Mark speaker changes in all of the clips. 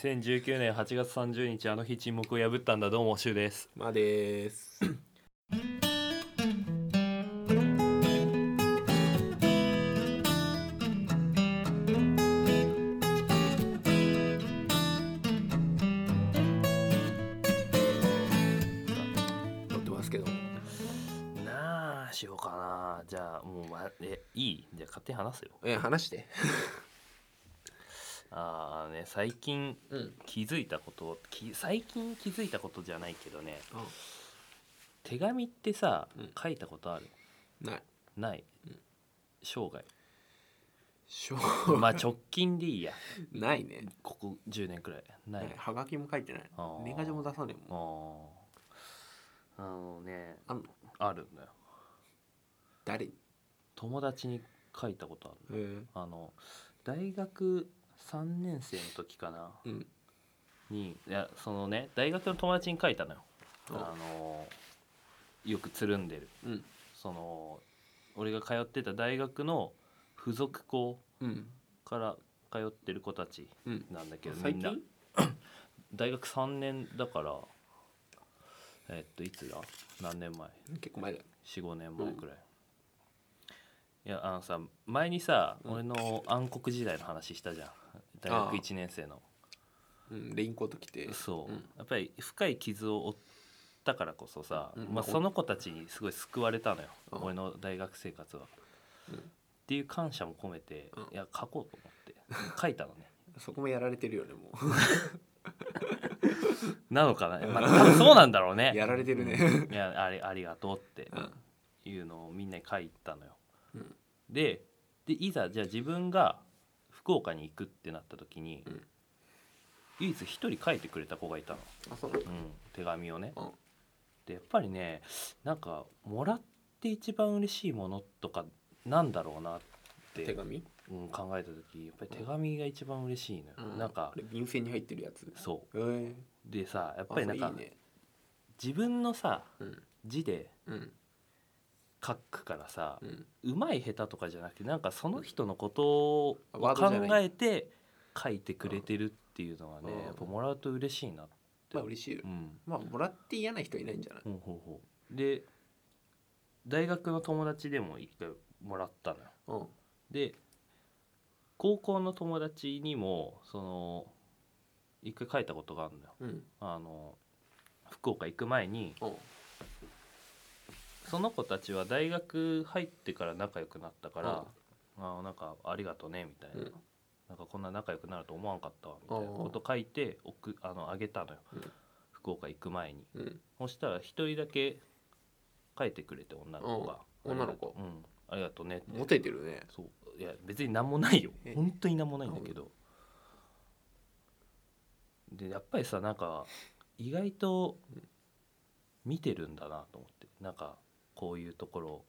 Speaker 1: 2019年8月30日あの日沈黙を破ったんだどうもシュウです
Speaker 2: まあでーす。撮ってますけど。
Speaker 1: なあしようかなじゃあもう、ま、えいいじゃあ勝手に話すよ
Speaker 2: え、話して。
Speaker 1: ああね最近
Speaker 2: うん。
Speaker 1: 気づいたことき最近気づいたことじゃないけどね
Speaker 2: あ、
Speaker 1: 手紙ってさ、
Speaker 2: うん
Speaker 1: 書いたことある
Speaker 2: ない。
Speaker 1: ない、
Speaker 2: うん
Speaker 1: 生涯
Speaker 2: しょ
Speaker 1: まあ直近でいいや
Speaker 2: う。ないね。
Speaker 1: ここ10年くらいない、
Speaker 2: ねはがきも書いてない
Speaker 1: あー。
Speaker 2: 年賀状も出さねえ
Speaker 1: あ
Speaker 2: もん。
Speaker 1: ーあのね
Speaker 2: あんの
Speaker 1: あるんだよ
Speaker 2: 誰に
Speaker 1: 友達に書いたことある
Speaker 2: うん。
Speaker 1: あの大学3年生の時かな
Speaker 2: うん。
Speaker 1: にいやそのね大学の友達に書いたのよあのよくつるんでる
Speaker 2: うん。
Speaker 1: その俺が通ってた大学の付属校
Speaker 2: うん。
Speaker 1: から通ってる子たち
Speaker 2: うん。
Speaker 1: なんだけど
Speaker 2: 最
Speaker 1: みんな
Speaker 2: 近
Speaker 1: 大学3年だからえっといつだ何年前
Speaker 2: 結構前だよ。
Speaker 1: 45年前くらい、いやあのさ前にさ、
Speaker 2: うん
Speaker 1: 俺の暗黒時代の話したじゃん大
Speaker 2: ああ
Speaker 1: 学1年生の
Speaker 2: うん、レインコート着て。
Speaker 1: そう、
Speaker 2: うん
Speaker 1: やっぱり深い傷を負ったからこそさ、
Speaker 2: うん
Speaker 1: まあ、その子たちにすごい救われたのよ、
Speaker 2: うん
Speaker 1: 俺の大学生活は。
Speaker 2: うん
Speaker 1: っていう感謝も込めて、
Speaker 2: うん
Speaker 1: いや書こうと思って書いたのね。
Speaker 2: そこもやられてるよね、も
Speaker 1: なのかな、まあ、多分そうなんだろうね。
Speaker 2: う。やられてるね。
Speaker 1: うんいやあれありがとうって
Speaker 2: うん。
Speaker 1: いうのをみんなに書いたのよ。
Speaker 2: うん
Speaker 1: ででいざじゃあ自分が福岡に行くってなった時に、
Speaker 2: うん
Speaker 1: 唯一一人書いてくれた子がいたの、
Speaker 2: あ、そうなの
Speaker 1: うん、手紙をね。
Speaker 2: うん
Speaker 1: でやっぱりねなんかもらって一番嬉しいものとかなんだろうなっ
Speaker 2: 手
Speaker 1: て、
Speaker 2: 紙
Speaker 1: うん、考えた時やっぱり手紙が一番嬉しいのよ。なんか
Speaker 2: あれ便箋に入ってるやつ。
Speaker 1: そう
Speaker 2: えー、や
Speaker 1: でさやっぱりなんか
Speaker 2: いいね。
Speaker 1: 自分のさ
Speaker 2: うん。
Speaker 1: 字で
Speaker 2: うん。
Speaker 1: 書くからさ
Speaker 2: うん。
Speaker 1: うまい下手とかじゃなくてなんかその人のことを
Speaker 2: うん
Speaker 1: 考
Speaker 2: ワードじゃな
Speaker 1: えて書いてくれてるっていうのはね
Speaker 2: うん
Speaker 1: やっぱもらうと嬉しいなって。
Speaker 2: まあ嬉しいよ
Speaker 1: う。ん
Speaker 2: まあもらって嫌な人いないんじゃない
Speaker 1: ほうほうほうで大学の友達でも一回もらったのよ。
Speaker 2: うん。
Speaker 1: で高校の友達にもその一回書いたことがあるんだよ
Speaker 2: うん。
Speaker 1: あの福岡行く前に
Speaker 2: うん。
Speaker 1: その子たちは大学入ってから仲良くなったから「あなんかありがとね」みたいな、
Speaker 2: うん
Speaker 1: なんかこんな仲良くなると思わんかったわ」みたいなこと書いておくあのあげたのよ、
Speaker 2: うん
Speaker 1: 福岡行く前に
Speaker 2: うん。
Speaker 1: そしたら一人だけ書いてくれて女の子が「
Speaker 2: うん女の子
Speaker 1: うんありがとね」って
Speaker 2: モテてるね。
Speaker 1: そういや別に何もないよ
Speaker 2: え
Speaker 1: 本当に何もないんだけどでやっぱりさなんか意外と見てるんだなと思ってなんかこういうところ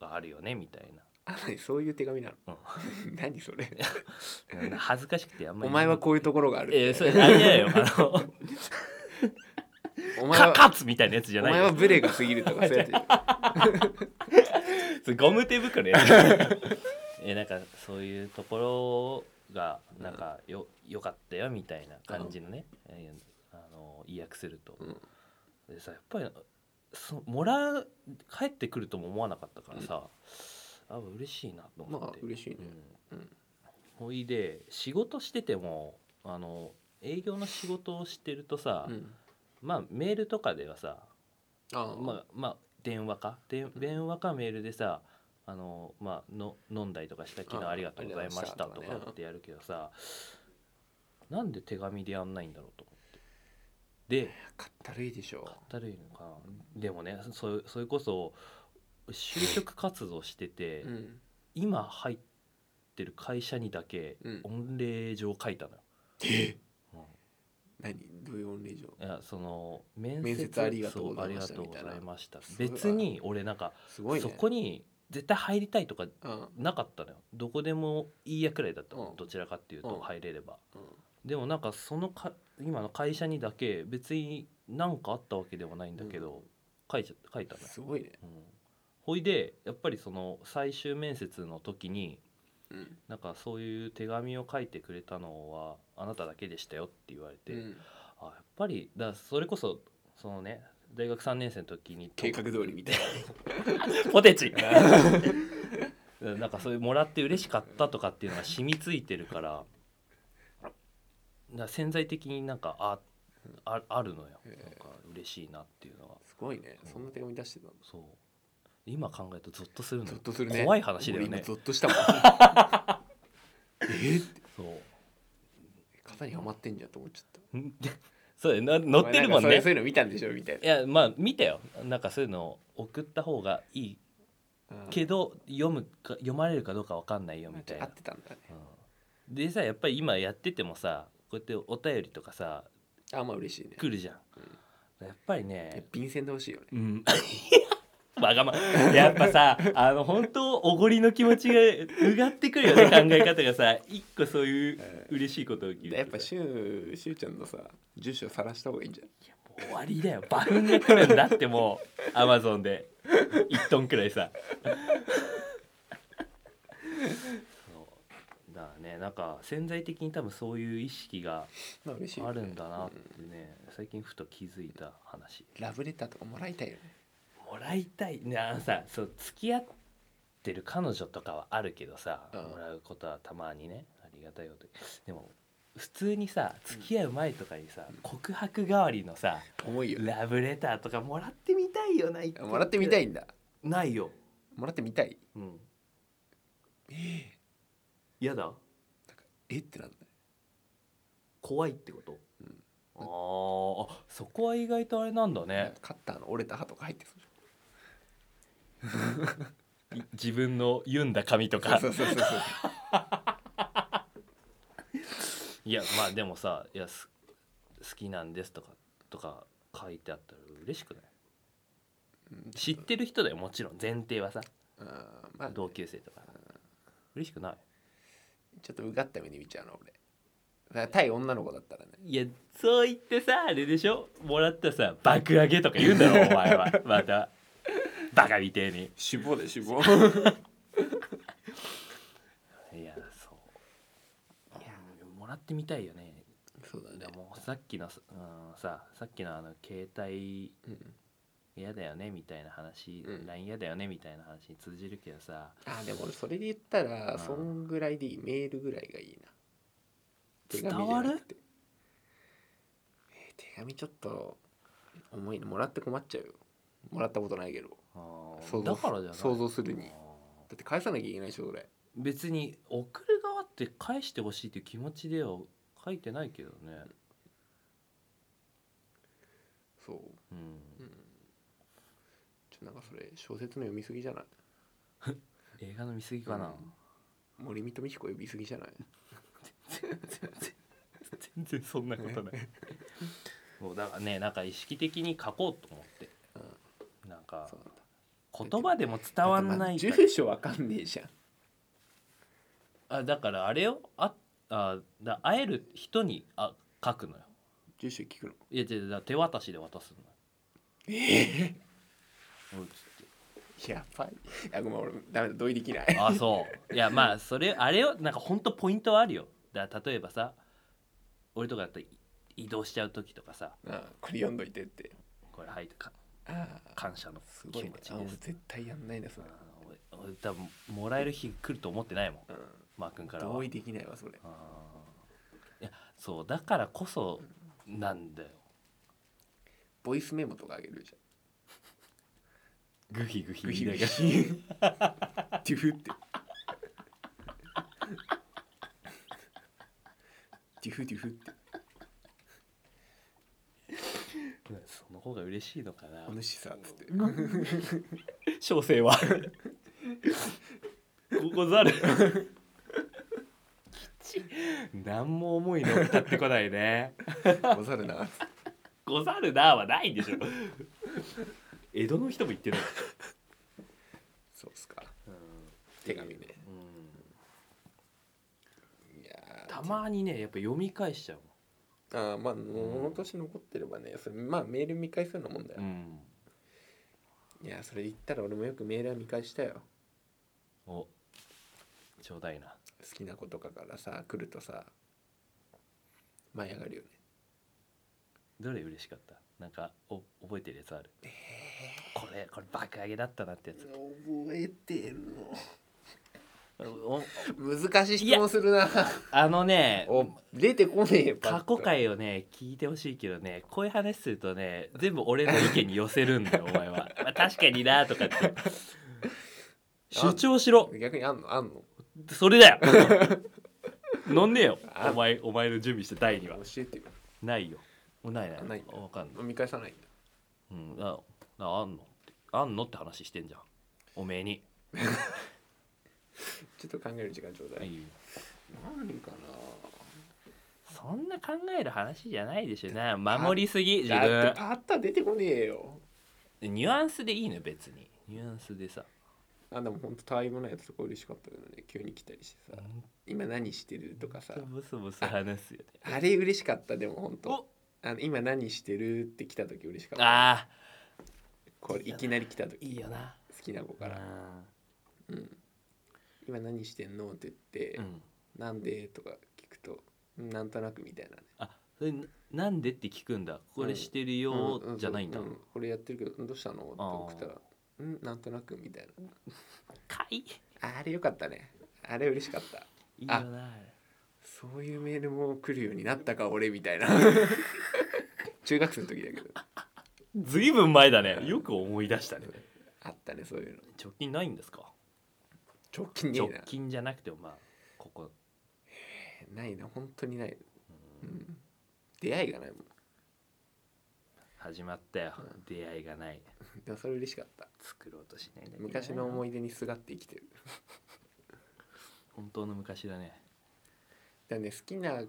Speaker 1: があるよねみたい
Speaker 2: あ、何そういう手紙な
Speaker 1: う
Speaker 2: の。 何それ。
Speaker 1: な恥ずかしくてあんま
Speaker 2: お
Speaker 1: り
Speaker 2: 前はこういうところがある。
Speaker 1: ええそれあれじゃ ないよあの
Speaker 2: お前
Speaker 1: か
Speaker 2: は。
Speaker 1: 勝つみたいなやつじゃ
Speaker 2: お
Speaker 1: ない
Speaker 2: 前は
Speaker 1: よ
Speaker 2: ブレが過ぎるとかそうやって。
Speaker 1: それゴム手袋やつ えなんかそういうところがなんかよよかったよみたいな感じのね、えーあの意訳すると、
Speaker 2: うん
Speaker 1: でさやっぱりそもらう帰ってくるとも思わなかったからさ、あ嬉しいなと思
Speaker 2: まあ
Speaker 1: って、
Speaker 2: 嬉しいね。
Speaker 1: う
Speaker 2: うんん
Speaker 1: ほいで仕事しててもあの営業の仕事をしてるとさ、
Speaker 2: うん。
Speaker 1: まあメールとかではさ
Speaker 2: ああ、
Speaker 1: ま
Speaker 2: まあ。
Speaker 1: あまあ電話かで電話かメールでさあのまあの飲んだりとかした昨日
Speaker 2: あ
Speaker 1: ありがとうございました
Speaker 2: ありが
Speaker 1: と
Speaker 2: とうございましたとかね
Speaker 1: かってやるけどさなんで手紙でやんないんだろうと思ってで
Speaker 2: かったるいでしょ
Speaker 1: だるいのかなでもねそそれこそ就職活動してて、
Speaker 2: う。うん。
Speaker 1: 今入ってる会社にだけ
Speaker 2: うん。
Speaker 1: 御礼状書いたのよ、
Speaker 2: え
Speaker 1: うん
Speaker 2: 何どういう音令状
Speaker 1: いやその面接
Speaker 2: 面接ありがとうございました
Speaker 1: そうありがとうございました
Speaker 2: みたいな
Speaker 1: 別に俺なんか
Speaker 2: すごいね。
Speaker 1: そこに絶対入りたいとか
Speaker 2: うん。うん。
Speaker 1: なかったのよどこでもいいやくらいだったの、
Speaker 2: うん
Speaker 1: どちらかっていうと
Speaker 2: うん
Speaker 1: 入れれば、でもなんかそのか今の会社にだけ別に何かあったわけではないんだけど、書いちゃ書いたのよ、
Speaker 2: すごいね。
Speaker 1: うんほいでやっぱりその最終面接の時に
Speaker 2: うん
Speaker 1: なんかそういう手紙を書いてくれたのはあなただけでしたよって言われて、
Speaker 2: うん
Speaker 1: あやっぱりだからそれこそそのね大学3年生の時 に
Speaker 2: 計画通りみたいな
Speaker 1: ポテチなんかそういうもらって嬉しかったとかっていうのが染みついてるからだから潜在的になんかあああるのよ
Speaker 2: へえ
Speaker 1: なんか嬉しいなっていうのは
Speaker 2: すごいねそんな手紙出してたんだ
Speaker 1: そう今考えるとゾッとするのよ
Speaker 2: ゾッとするね
Speaker 1: 怖い話だよ
Speaker 2: 俺
Speaker 1: ね
Speaker 2: 今ゾッとしたもん えっ
Speaker 1: そう
Speaker 2: 肩にはまってんじゃんと思っちゃった
Speaker 1: んそうだ よな乗ってるもん
Speaker 2: お前なかそ
Speaker 1: ね
Speaker 2: ういうそういうの見たんでしょみたい
Speaker 1: いやまあ見たよなんかそういうのを送った方がいい
Speaker 2: な
Speaker 1: け
Speaker 2: ど
Speaker 1: ど読むか読まれるかどうかわかんないよみたい
Speaker 2: 合
Speaker 1: な
Speaker 2: ってたんだね
Speaker 1: うんでさやっぱり今やっててもさこうやってお便りとかさ
Speaker 2: あまあ嬉しいね
Speaker 1: 来るじゃん、やっぱりね
Speaker 2: 便箋で欲しいよね
Speaker 1: うん わがまやっぱさあの本当おごりの気持ちがうがってくるよね考え方がさ一個そういう嬉しいことを聞いて
Speaker 2: やっぱしゅうしゅうちゃんのさ住所さらした方がいいんじゃん
Speaker 1: 終わりだよバフンが来るんだってもうアマゾンで1トンくらいさそうだからねなんか潜在的に多分そういう意識が
Speaker 2: まあ嬉しいよ
Speaker 1: あ
Speaker 2: ね
Speaker 1: るんだなっ
Speaker 2: うん
Speaker 1: てね最近ふと気づいた話
Speaker 2: ラブレターとかもらいたいよね
Speaker 1: もらいたいねあのさそう付き合ってる彼女とかはあるけどさ、
Speaker 2: うん
Speaker 1: もらうことはたまにねありがたいことでも普通にさ付き合う前とかにさ、告白代わりのさ、
Speaker 2: 重いよね
Speaker 1: ラブレターとかもらってみたいよな
Speaker 2: もらってみた
Speaker 1: い
Speaker 2: いんだ
Speaker 1: ないよ
Speaker 2: もらってみたい
Speaker 1: うんやだ
Speaker 2: えってなんだ
Speaker 1: 怖いってこと、
Speaker 2: ん
Speaker 1: あーあそこは意外とあれなんだね
Speaker 2: カッターの折れた歯とか入ってそう
Speaker 1: い自分の読んだ紙と
Speaker 2: そう
Speaker 1: か
Speaker 2: そうそう そう
Speaker 1: いやまあでもさ「いやす好きなんです」とかとか書いてあったら嬉しくない
Speaker 2: うん
Speaker 1: 知ってる人だよもちろん前提はさ
Speaker 2: あーまあ
Speaker 1: 同級生とか嬉しくない
Speaker 2: ちょっとうがった目で見ちゃうの俺だから対女の子だったらね
Speaker 1: いやそう言ってさあれでしょもらったさ爆上げとか言うんだ ろお前はまたバカみてえに
Speaker 2: 脂肪で脂 肪
Speaker 1: いやそういやもらってみたいよね
Speaker 2: そうだ
Speaker 1: で
Speaker 2: ね
Speaker 1: もさっきのさ,、うん、ささっきのあの携帯
Speaker 2: うん
Speaker 1: 嫌だよねみたいな話
Speaker 2: うん
Speaker 1: LINE 嫌だよねみたいな話に通じるけどさ
Speaker 2: あーでも俺それで言った
Speaker 1: う
Speaker 2: ら
Speaker 1: ん
Speaker 2: そんぐらいでいいメールぐらいがいいな手
Speaker 1: 伝
Speaker 2: 紙じゃ
Speaker 1: わ
Speaker 2: な
Speaker 1: る
Speaker 2: くてえー手紙ちょっと重いのもらって困っちゃうよもらったことないけどだ
Speaker 1: あー
Speaker 2: 想像
Speaker 1: だからじゃない
Speaker 2: 想像するに
Speaker 1: あー
Speaker 2: って返さなきゃいけないでしょ俺
Speaker 1: 別に送る側って返してほしいという気持ちでは書いてないけどね
Speaker 2: そう
Speaker 1: うん
Speaker 2: ちょなんかそれ小説の読みすぎじゃない
Speaker 1: 映画の見過ぎかな、
Speaker 2: うん森見と美彦呼びすぎじゃない
Speaker 1: 全然そんなことないもうだからねなんか意識的に書こうと思って
Speaker 2: うん
Speaker 1: なんか
Speaker 2: そうなんだ
Speaker 1: 言葉でも伝わんない
Speaker 2: だ
Speaker 1: か
Speaker 2: ってま
Speaker 1: ら
Speaker 2: ず住所わかんねえじゃん
Speaker 1: あだからあれよああだ会える人にあ書くのよ
Speaker 2: 住所聞くの
Speaker 1: いや違う違うだから手渡しで渡すのよ
Speaker 2: え
Speaker 1: うんつって
Speaker 2: えやばいいやごめん俺ダメだ同意できない
Speaker 1: あそういやまあそれあれをなんか本当ポイントはあるよだから例えばさ俺とかだったらい移動しちゃう時とかさ
Speaker 2: あこれ読んどいてって
Speaker 1: これはいか
Speaker 2: ああ
Speaker 1: 感謝の
Speaker 2: すご
Speaker 1: 気
Speaker 2: い
Speaker 1: 持
Speaker 2: ね
Speaker 1: ち
Speaker 2: あ俺
Speaker 1: です
Speaker 2: 絶対やんないなそれ
Speaker 1: あ俺俺多分もらえる日来ると思ってないもん
Speaker 2: うん
Speaker 1: マー君からは
Speaker 2: 同意できないわそれ
Speaker 1: あーいやそうだからこそなんだよ
Speaker 2: ボイスメモとかあげるじ
Speaker 1: グヒグ
Speaker 2: ゃ
Speaker 1: ヒ
Speaker 2: んグヒグ
Speaker 1: 言いながら
Speaker 2: ヒデュフってデュフデュフって
Speaker 1: うんその方が嬉しいのかな
Speaker 2: お主さんつって
Speaker 1: 小生はここざる何も思いの歌ってこないね
Speaker 2: ござるなつって
Speaker 1: ござるなはないでしょ江戸の人も言ってない
Speaker 2: そうっすか手紙ね
Speaker 1: うん
Speaker 2: いやー
Speaker 1: たまにねやっぱ読み返しちゃう
Speaker 2: あーまあ物として残ってればねそれまあメール見返すようなもんだよ
Speaker 1: もん、うん、
Speaker 2: いやそれ言ったら俺もよくメールは見返したよ
Speaker 1: おちょうだいな
Speaker 2: 好きな子とかからさ来るとさ舞い上がるよね
Speaker 1: どれ嬉しかったなんかお覚えてるやつある、これこれ爆上げだったなってやつ
Speaker 2: 覚えてる
Speaker 1: お
Speaker 2: の難しい質問するな
Speaker 1: あのね
Speaker 2: お出てこねえよパッ
Speaker 1: 過
Speaker 2: と
Speaker 1: 去回をね聞いてほしいけどねこういう話するとね全部俺の意見に寄せるんだよお前は、まあ、確かになとかって主張しろ
Speaker 2: 逆にあんのあんの
Speaker 1: それだよ飲んねえよ
Speaker 2: あ
Speaker 1: お前お前の準備した第2話
Speaker 2: 教えてよ
Speaker 1: ないよもうないない
Speaker 2: あないんだ
Speaker 1: わかんない、
Speaker 2: 見返さないんだ
Speaker 1: うん、あああんのってあんのって話してんじゃんおめえに、
Speaker 2: ちょっと考える時間ちょうだい、
Speaker 1: いいよ
Speaker 2: 何かな
Speaker 1: そんな考える話じゃないでしょな守りすぎ自
Speaker 2: だっ
Speaker 1: 分
Speaker 2: てパッと出てこねえよ
Speaker 1: ニュアンスでいいのよ別にニュアンスでさ
Speaker 2: あでも本当たわいもないやつとか嬉しかったよね急に来たりしてさ「今何してる?」とかさ
Speaker 1: ブスブス話すよね
Speaker 2: あれ嬉しかったでも本
Speaker 1: お
Speaker 2: 当あの今何してるって来た時嬉しかった
Speaker 1: あ
Speaker 2: これいきなり来た
Speaker 1: ー
Speaker 2: 時
Speaker 1: いいよな
Speaker 2: 好きな子から
Speaker 1: う
Speaker 2: 「うん、今何してんの?」って言って「
Speaker 1: ん
Speaker 2: なんで?」とか聞くと「うんなんとなく」みたいなね
Speaker 1: あそれなんでって聞くんだこれしてるよ
Speaker 2: うんうん
Speaker 1: じゃないんだ
Speaker 2: ううこれやってるけどうんどうしたの?」って送った
Speaker 1: あ
Speaker 2: ら「うんなんとなく」みたいな
Speaker 1: かいい
Speaker 2: あれよかったねあれ嬉しかった
Speaker 1: いよな
Speaker 2: そういうメールも来るようになったか俺みた いな中学生の時だけど
Speaker 1: ずいぶん前だねよく思い出したね
Speaker 2: あったねそういうの
Speaker 1: 直近ないんですか
Speaker 2: 直近ね
Speaker 1: 直
Speaker 2: えな
Speaker 1: 近じゃなくてもまあここ
Speaker 2: ないな本当にない、うん、出会いがないもん
Speaker 1: 始まったよ出会いがない
Speaker 2: でもそれ嬉しかった
Speaker 1: 作ろうとしないんだけど
Speaker 2: 昔の思
Speaker 1: い
Speaker 2: い出にすがって生きてる
Speaker 1: 本当の昔だね
Speaker 2: だからね好きな
Speaker 1: うん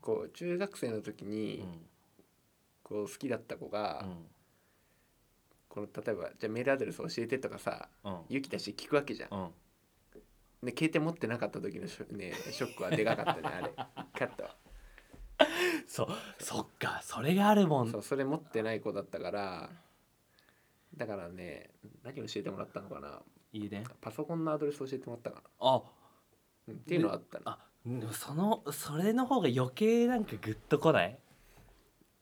Speaker 2: 子中学生の時
Speaker 1: う
Speaker 2: に
Speaker 1: ん
Speaker 2: こう好きだった子が
Speaker 1: う、ん
Speaker 2: この例えばじゃあメールアドレス教えてとかさ
Speaker 1: うん
Speaker 2: 勇気出して聞くわけじゃん
Speaker 1: うん
Speaker 2: で携帯持ってなかった時のショ,、ね、ショックはでかかったねあれ カット
Speaker 1: そうそっかそれがあるもん
Speaker 2: そうそれ持ってない子だったからだからね何教えてもらったのかない
Speaker 1: いね
Speaker 2: パソコンのアドレス教えてもらったかな、
Speaker 1: あ
Speaker 2: うんっていうのはあったのあ
Speaker 1: あでもそのそれの方が余計なんかグッとこない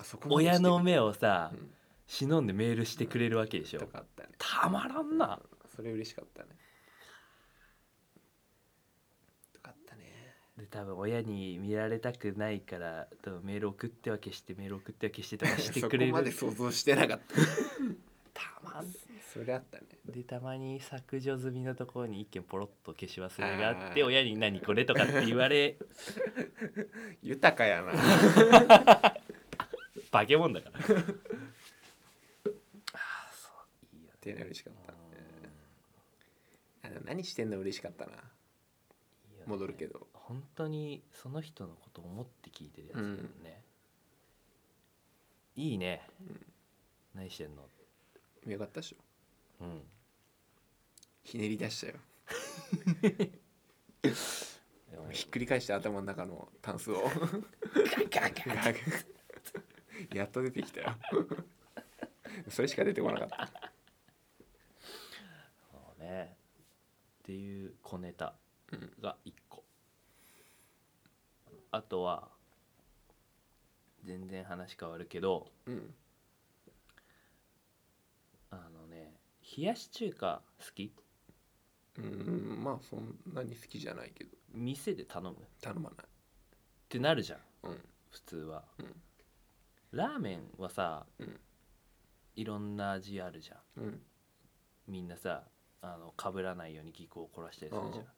Speaker 2: そこまでして
Speaker 1: 親
Speaker 2: る
Speaker 1: の目をさ、
Speaker 2: うん
Speaker 1: 忍んでメールしてくれるわけでしょ
Speaker 2: とかあったね
Speaker 1: たまらんな
Speaker 2: それ嬉しかったねとかあったね
Speaker 1: で多分親に見られたくないから多分メール送っては消してメール送っては消してとかして
Speaker 2: そ
Speaker 1: く
Speaker 2: こ
Speaker 1: れる
Speaker 2: まで想像してなかった
Speaker 1: たまん
Speaker 2: それあったね
Speaker 1: でたまに削除済みのところに一件ポロッと消し忘れがあって
Speaker 2: あー
Speaker 1: 親に「何これ?」とかって言われ
Speaker 2: 豊かやな
Speaker 1: 化け物だから あーそういいよね
Speaker 2: っていうのが嬉しかったね
Speaker 1: うん
Speaker 2: あの何してんの嬉しかったない
Speaker 1: いよね
Speaker 2: 戻るけど
Speaker 1: 本当にその人のことを思って聞いてるやつだよね、いいね、何してんの
Speaker 2: よかったっしょ
Speaker 1: うん
Speaker 2: ひねり出したよ
Speaker 1: でも
Speaker 2: ひっくり返して頭の中のタンスをやっと出てきたよそれしか出てこなかった
Speaker 1: そうねっていう小ネタが1個、あとは全然話変わるけど
Speaker 2: うん
Speaker 1: あのね冷やし中華好き
Speaker 2: うんまあそんなに好きじゃないけど
Speaker 1: 店で頼むっ
Speaker 2: 頼まない
Speaker 1: てなるじゃん
Speaker 2: うん
Speaker 1: 普通は、
Speaker 2: うん
Speaker 1: ラーメンはさ、
Speaker 2: うん
Speaker 1: いろんな味あるじゃん
Speaker 2: うん
Speaker 1: みんなさあの被らないように技巧を凝らしたりするじゃん、
Speaker 2: うん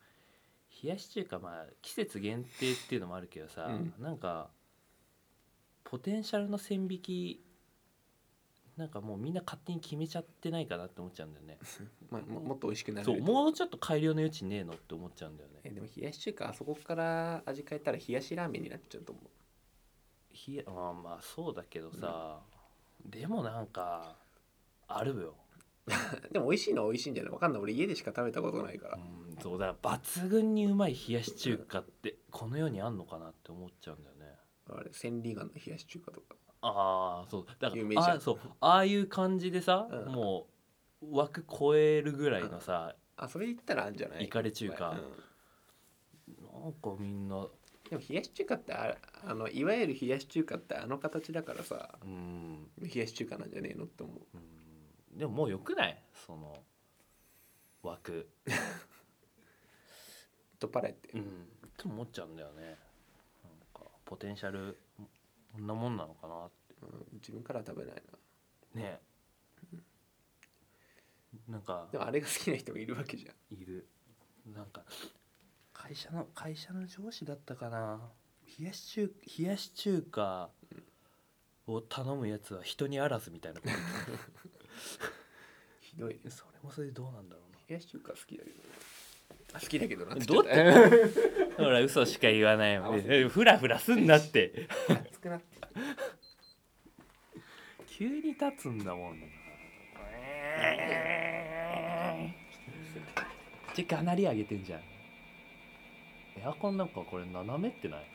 Speaker 1: 冷やし中華まあ季節限定っていうのもあるけどさ、
Speaker 2: うん
Speaker 1: なんかポテンシャルの線引きなんかもうみんな勝手に決めちゃってないかなって思っちゃうんだよね
Speaker 2: まあももっと美味しくなれる
Speaker 1: そう
Speaker 2: と
Speaker 1: もうちょっと改良の余地ねえのって思っちゃうんだよ
Speaker 2: え
Speaker 1: ね
Speaker 2: でも冷やし中華あそこから味変えたら冷やしラーメンになっちゃうと思う
Speaker 1: 冷やまあまあそうだけどさ、でもなんかあるよ
Speaker 2: でも美味しいのは美味しいんじゃないわかんない俺家でしか食べたことないから、
Speaker 1: うんそうだから抜群にうまい冷やし中華ってこの世にあんのかなって思っちゃうんだよね
Speaker 2: あれ千里眼の冷やし中華とか
Speaker 1: ああそうだか
Speaker 2: 有名
Speaker 1: ら
Speaker 2: じゃん
Speaker 1: あそうああいう感じでさ、
Speaker 2: うん
Speaker 1: もう枠超えるぐらいのさ、
Speaker 2: あそれ言ったらあんじゃない
Speaker 1: イカレ中華
Speaker 2: うん
Speaker 1: なんかみんな
Speaker 2: でも冷やし中華ってああのいわゆる冷やし中華ってあの形だからさ
Speaker 1: うん
Speaker 2: 冷やし中華なんじゃねえのって思う
Speaker 1: うんでももうよくないその枠
Speaker 2: とパラって、
Speaker 1: うんと思っちゃうんだよねなんかポテンシャルこんなもんなのかなって
Speaker 2: うん自分からは食べないな
Speaker 1: ねなんか
Speaker 2: でもあれが好きな人もいるわけじゃん
Speaker 1: いるなんか会社の会社の上司だったかな冷やし中冷やし中華を頼むやつは人にあらずみたいな こと言って
Speaker 2: ひどいね
Speaker 1: たそれもそれでどうなんだろうな
Speaker 2: 冷やし中華好きだけどねあ好きだけどな
Speaker 1: どう
Speaker 2: て言っちゃっ
Speaker 1: ほら嘘しか言わないも
Speaker 2: 合わ
Speaker 1: ん
Speaker 2: せ
Speaker 1: えフラフラすんなって
Speaker 2: た 熱くなって
Speaker 1: 急に立つんだもん時間なり上げてんじゃんエアコンなんかこれ斜めってない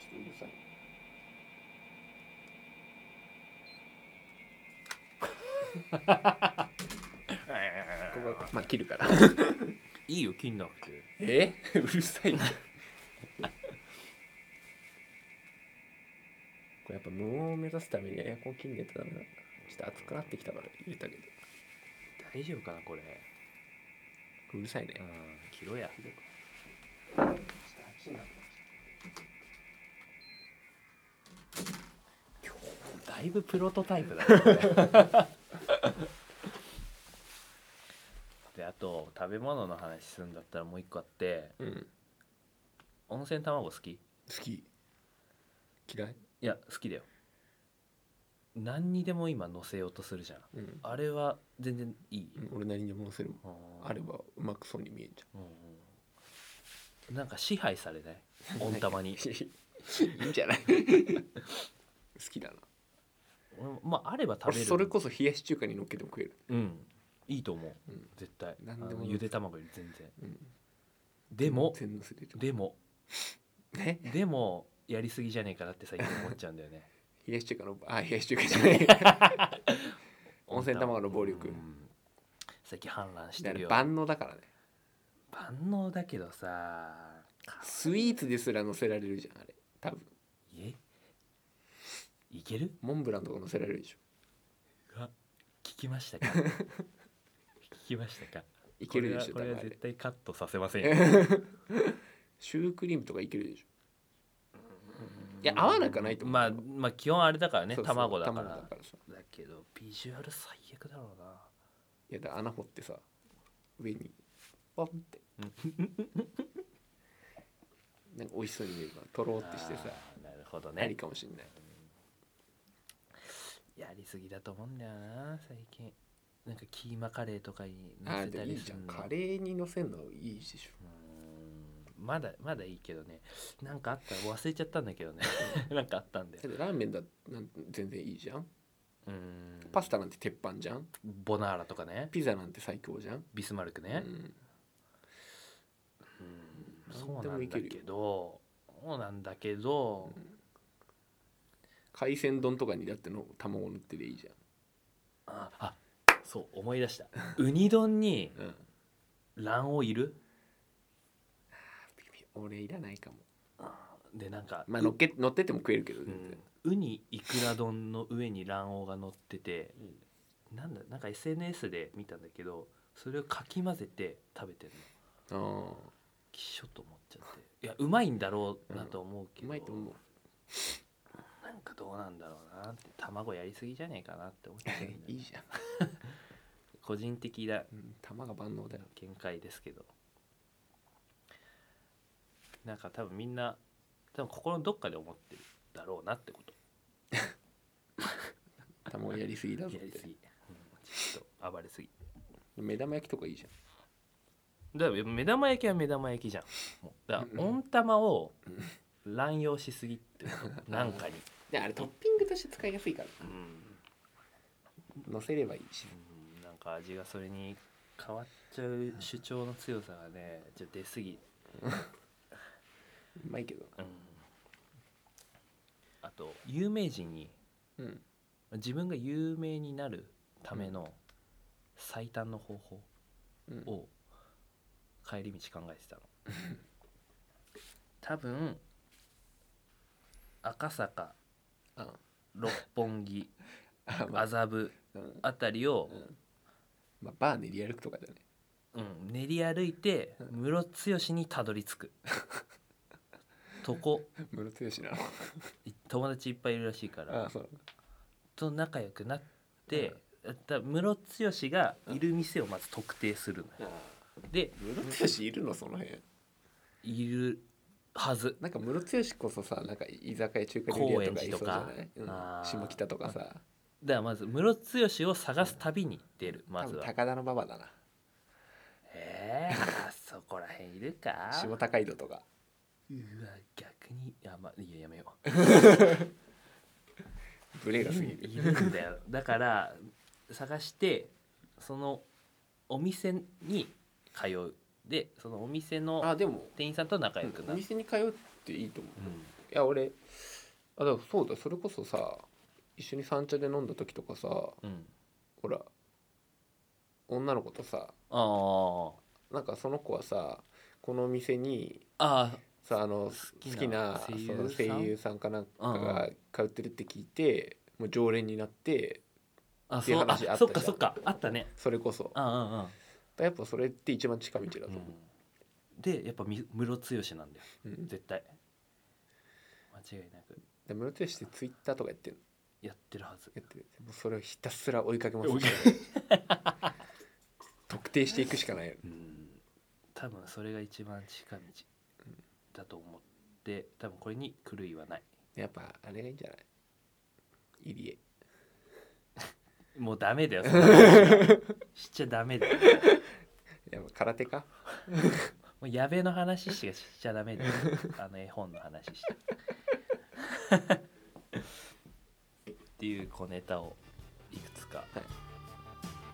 Speaker 2: ちょっとうるさいここはまあ切るから
Speaker 1: いいよ切んなくて
Speaker 2: えうるさいなこれやっぱ無音を目指すためにエアコン切んねえとダメなんだちょっと暑くなってきたから入れたけど
Speaker 1: 大丈夫かなこれ
Speaker 2: うるさいね
Speaker 1: うん切ろやだいぶプロトタイプだねこれ であと食べ物の話するんだったらもう一個あって
Speaker 2: うん
Speaker 1: 温泉卵好きい
Speaker 2: 好き嫌い
Speaker 1: や好きだよ何にでも今乗せようとするじゃん
Speaker 2: うん
Speaker 1: あれは全然いい、
Speaker 2: うん俺なりにも乗せるもん
Speaker 1: うん
Speaker 2: あればうまくそうに見えんじゃ
Speaker 1: うんなんか支配されない温玉に
Speaker 2: ん いいんじゃない好きだな
Speaker 1: 俺もまああれば食べ
Speaker 2: 俺
Speaker 1: る
Speaker 2: それこそ冷やし中華に乗っけても食える、
Speaker 1: うんいいと思う
Speaker 2: うん
Speaker 1: 絶対
Speaker 2: 何で
Speaker 1: あの
Speaker 2: も乗せ
Speaker 1: ゆで卵より全然
Speaker 2: うん、
Speaker 1: でも
Speaker 2: 全然乗せれる
Speaker 1: でも
Speaker 2: ね
Speaker 1: でもやりすぎじゃねえかなって最近思っちゃうんだよね
Speaker 2: 冷やし中華のあ冷やし中華じゃ ない 温泉卵の暴力
Speaker 1: うん最近反乱し
Speaker 2: だ
Speaker 1: て
Speaker 2: か
Speaker 1: るよ
Speaker 2: ら万能だからね
Speaker 1: 万能だけどさ
Speaker 2: スイーツですら乗せられるじゃんあれ多分
Speaker 1: えいける
Speaker 2: モンブランとか乗せられるでしょ
Speaker 1: あ聞きましたか聞きましたか
Speaker 2: いけるでしょ
Speaker 1: これは
Speaker 2: 多
Speaker 1: これは
Speaker 2: 分あれ
Speaker 1: 絶対カットさせませんよ
Speaker 2: シュークリームとかいけるでしょ いや合わなくはないと思う
Speaker 1: まあまあ基本あれだからね
Speaker 2: そうそう
Speaker 1: 卵だから
Speaker 2: 卵だからさ
Speaker 1: だけどビジュアル最悪だろうない
Speaker 2: やだ穴掘ってさ上にポン ってなんか美味しそうに見えるからとろーってしてさ
Speaker 1: あーなるほど
Speaker 2: あり
Speaker 1: ね
Speaker 2: かもしんない
Speaker 1: やりすぎだと思うんだよな最近なんかキーマカレーとかに
Speaker 2: あ
Speaker 1: 乗せ
Speaker 2: ーで
Speaker 1: た
Speaker 2: もい
Speaker 1: り
Speaker 2: い
Speaker 1: す
Speaker 2: じゃ
Speaker 1: る
Speaker 2: ん
Speaker 1: の
Speaker 2: カレーにのせんのいいでしょ
Speaker 1: うーんまだまだいいけどねなんかあった忘れちゃったんだけどね なんかあったんだよ
Speaker 2: だってラーメンだなん全然いいじゃん
Speaker 1: うーん
Speaker 2: パスタなんて鉄板じゃん
Speaker 1: ボナーラとかね
Speaker 2: ピザなんて最強じゃん、
Speaker 1: ビスマルク
Speaker 2: う
Speaker 1: ね、
Speaker 2: ん、
Speaker 1: うん
Speaker 2: なん
Speaker 1: そう
Speaker 2: で
Speaker 1: な
Speaker 2: も
Speaker 1: ん
Speaker 2: い
Speaker 1: だ
Speaker 2: けるよ
Speaker 1: けどそうなんだけど、
Speaker 2: 海鮮丼とかにだっての卵塗ってでいいじ
Speaker 1: ああそう思い出したウニ丼に
Speaker 2: ゃん、うん、
Speaker 1: 卵黄いる
Speaker 2: 俺いらないかも
Speaker 1: でなんか、
Speaker 2: まあ乗っけ乗ってても食えるけど
Speaker 1: う
Speaker 2: 全然
Speaker 1: ん、ウニいくら丼の上に卵黄が乗っててなんだなんか SNS で見たんだけどそれをかき混ぜて食べてるの
Speaker 2: あー
Speaker 1: きっしょと思っちゃっていやうまいんだろうなと思うけ
Speaker 2: う
Speaker 1: ど、
Speaker 2: まいと思う
Speaker 1: なんかどうなんだろうなって卵やりすぎじゃねえかなって思っちゃうんだよね
Speaker 2: いいじゃん、
Speaker 1: 個人的な
Speaker 2: うん、玉が万能だよ
Speaker 1: 見解ですけどなんか多分みんな多分心のどっかで思ってるだろうなってこと
Speaker 2: 卵やりすぎだぞ
Speaker 1: や
Speaker 2: っ
Speaker 1: り
Speaker 2: て
Speaker 1: すぎ、うんちょっと暴れすぎ
Speaker 2: 目玉焼きとかいいじゃ
Speaker 1: だから目玉焼きは目玉焼きじゃんもうだから温玉を乱用しすぎ ってことなんかに、
Speaker 2: んであれトッピングとして使いやすいから
Speaker 1: うん
Speaker 2: 乗せればいいし
Speaker 1: うんなんか味がそれに変わっちゃう主張の強さがねちょっと出すぎ、
Speaker 2: うまいけど
Speaker 1: うん、あと有名人に
Speaker 2: うん
Speaker 1: 自分が有名になるための最短の方法
Speaker 2: うん
Speaker 1: を帰り道考えてたの多分赤坂
Speaker 2: あ
Speaker 1: 六本木
Speaker 2: あまあ、
Speaker 1: 麻布
Speaker 2: うん
Speaker 1: あたりを、
Speaker 2: まあ、バー練り歩くとかだね
Speaker 1: うん、練り歩いてムロツヨシにたどり 着くとこ
Speaker 2: ムロツヨシなの
Speaker 1: 友達いっぱいいるらしいから
Speaker 2: ああそう
Speaker 1: と仲良くなって、だムロツヨシがいる店をまず特定するのよ、
Speaker 2: あ
Speaker 1: で
Speaker 2: ムロツヨシいるのその辺
Speaker 1: いるはず
Speaker 2: なんかムロツヨシこそさなんか居酒屋中華料理屋とかいそうじゃない、
Speaker 1: 高円寺とか
Speaker 2: う
Speaker 1: あ
Speaker 2: ん、
Speaker 1: ー
Speaker 2: 下北とかさ
Speaker 1: だからまずムロツヨシを探す旅に出るま
Speaker 2: 多
Speaker 1: ず
Speaker 2: 分
Speaker 1: は
Speaker 2: 高田の馬場だな
Speaker 1: えー、あそこらへんいるか
Speaker 2: 下高井戸とか
Speaker 1: うわ逆にやまいややめよ
Speaker 2: ブ
Speaker 1: う
Speaker 2: レ
Speaker 1: い
Speaker 2: が過ぎ
Speaker 1: る
Speaker 2: る
Speaker 1: いるんだよだから探してそのお店に通うでそのお店の
Speaker 2: あでも
Speaker 1: 店員さんと仲良く
Speaker 2: お
Speaker 1: なる、
Speaker 2: 店に通うっていいと思う
Speaker 1: うん
Speaker 2: いや俺あでもそうだそれこそさ一緒に三茶で飲んだ時とかさ
Speaker 1: うん、
Speaker 2: ほら女の子とさ
Speaker 1: あー
Speaker 2: なんかその子はさこのお店に
Speaker 1: あー
Speaker 2: さあの好
Speaker 1: 好
Speaker 2: き
Speaker 1: き
Speaker 2: な
Speaker 1: な
Speaker 2: そ
Speaker 1: 声優
Speaker 2: の
Speaker 1: さん
Speaker 2: 声優さんかなんか
Speaker 1: うん
Speaker 2: が通ってるって聞いてもう常連になって
Speaker 1: あ
Speaker 2: っていう
Speaker 1: そうあ
Speaker 2: 話あった
Speaker 1: そっか
Speaker 2: じゃん
Speaker 1: そっかあったね
Speaker 2: それこそ
Speaker 1: あ
Speaker 2: やっぱそれって一番近道だ
Speaker 1: う
Speaker 2: と
Speaker 1: んうん、う
Speaker 2: 思
Speaker 1: ん、でやっぱみムロツヨシなんだよ
Speaker 2: う、うん、
Speaker 1: 絶対間違いなく
Speaker 2: で室戸吉ってツイッターとかやってる
Speaker 1: やってるはず
Speaker 2: やってるもうそれをひたすら追いかけます
Speaker 1: 追いか
Speaker 2: 特定していくしかないよ
Speaker 1: うん多分それが一番近道だと思って多分これに狂いはない
Speaker 2: やっぱあれがいいんじゃない入江
Speaker 1: もうダメだよそんな話しちゃダメだよ
Speaker 2: やっぱ空手か
Speaker 1: もう矢部の話しかしちゃダメだよあの絵本の話してっていう小ネタをいくつか
Speaker 2: っ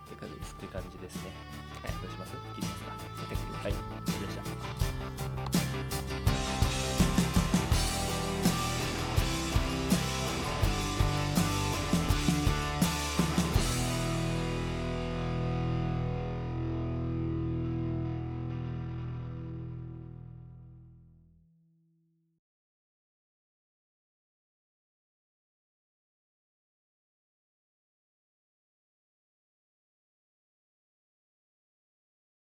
Speaker 2: て感じです
Speaker 1: って感じですね。どうします切りますか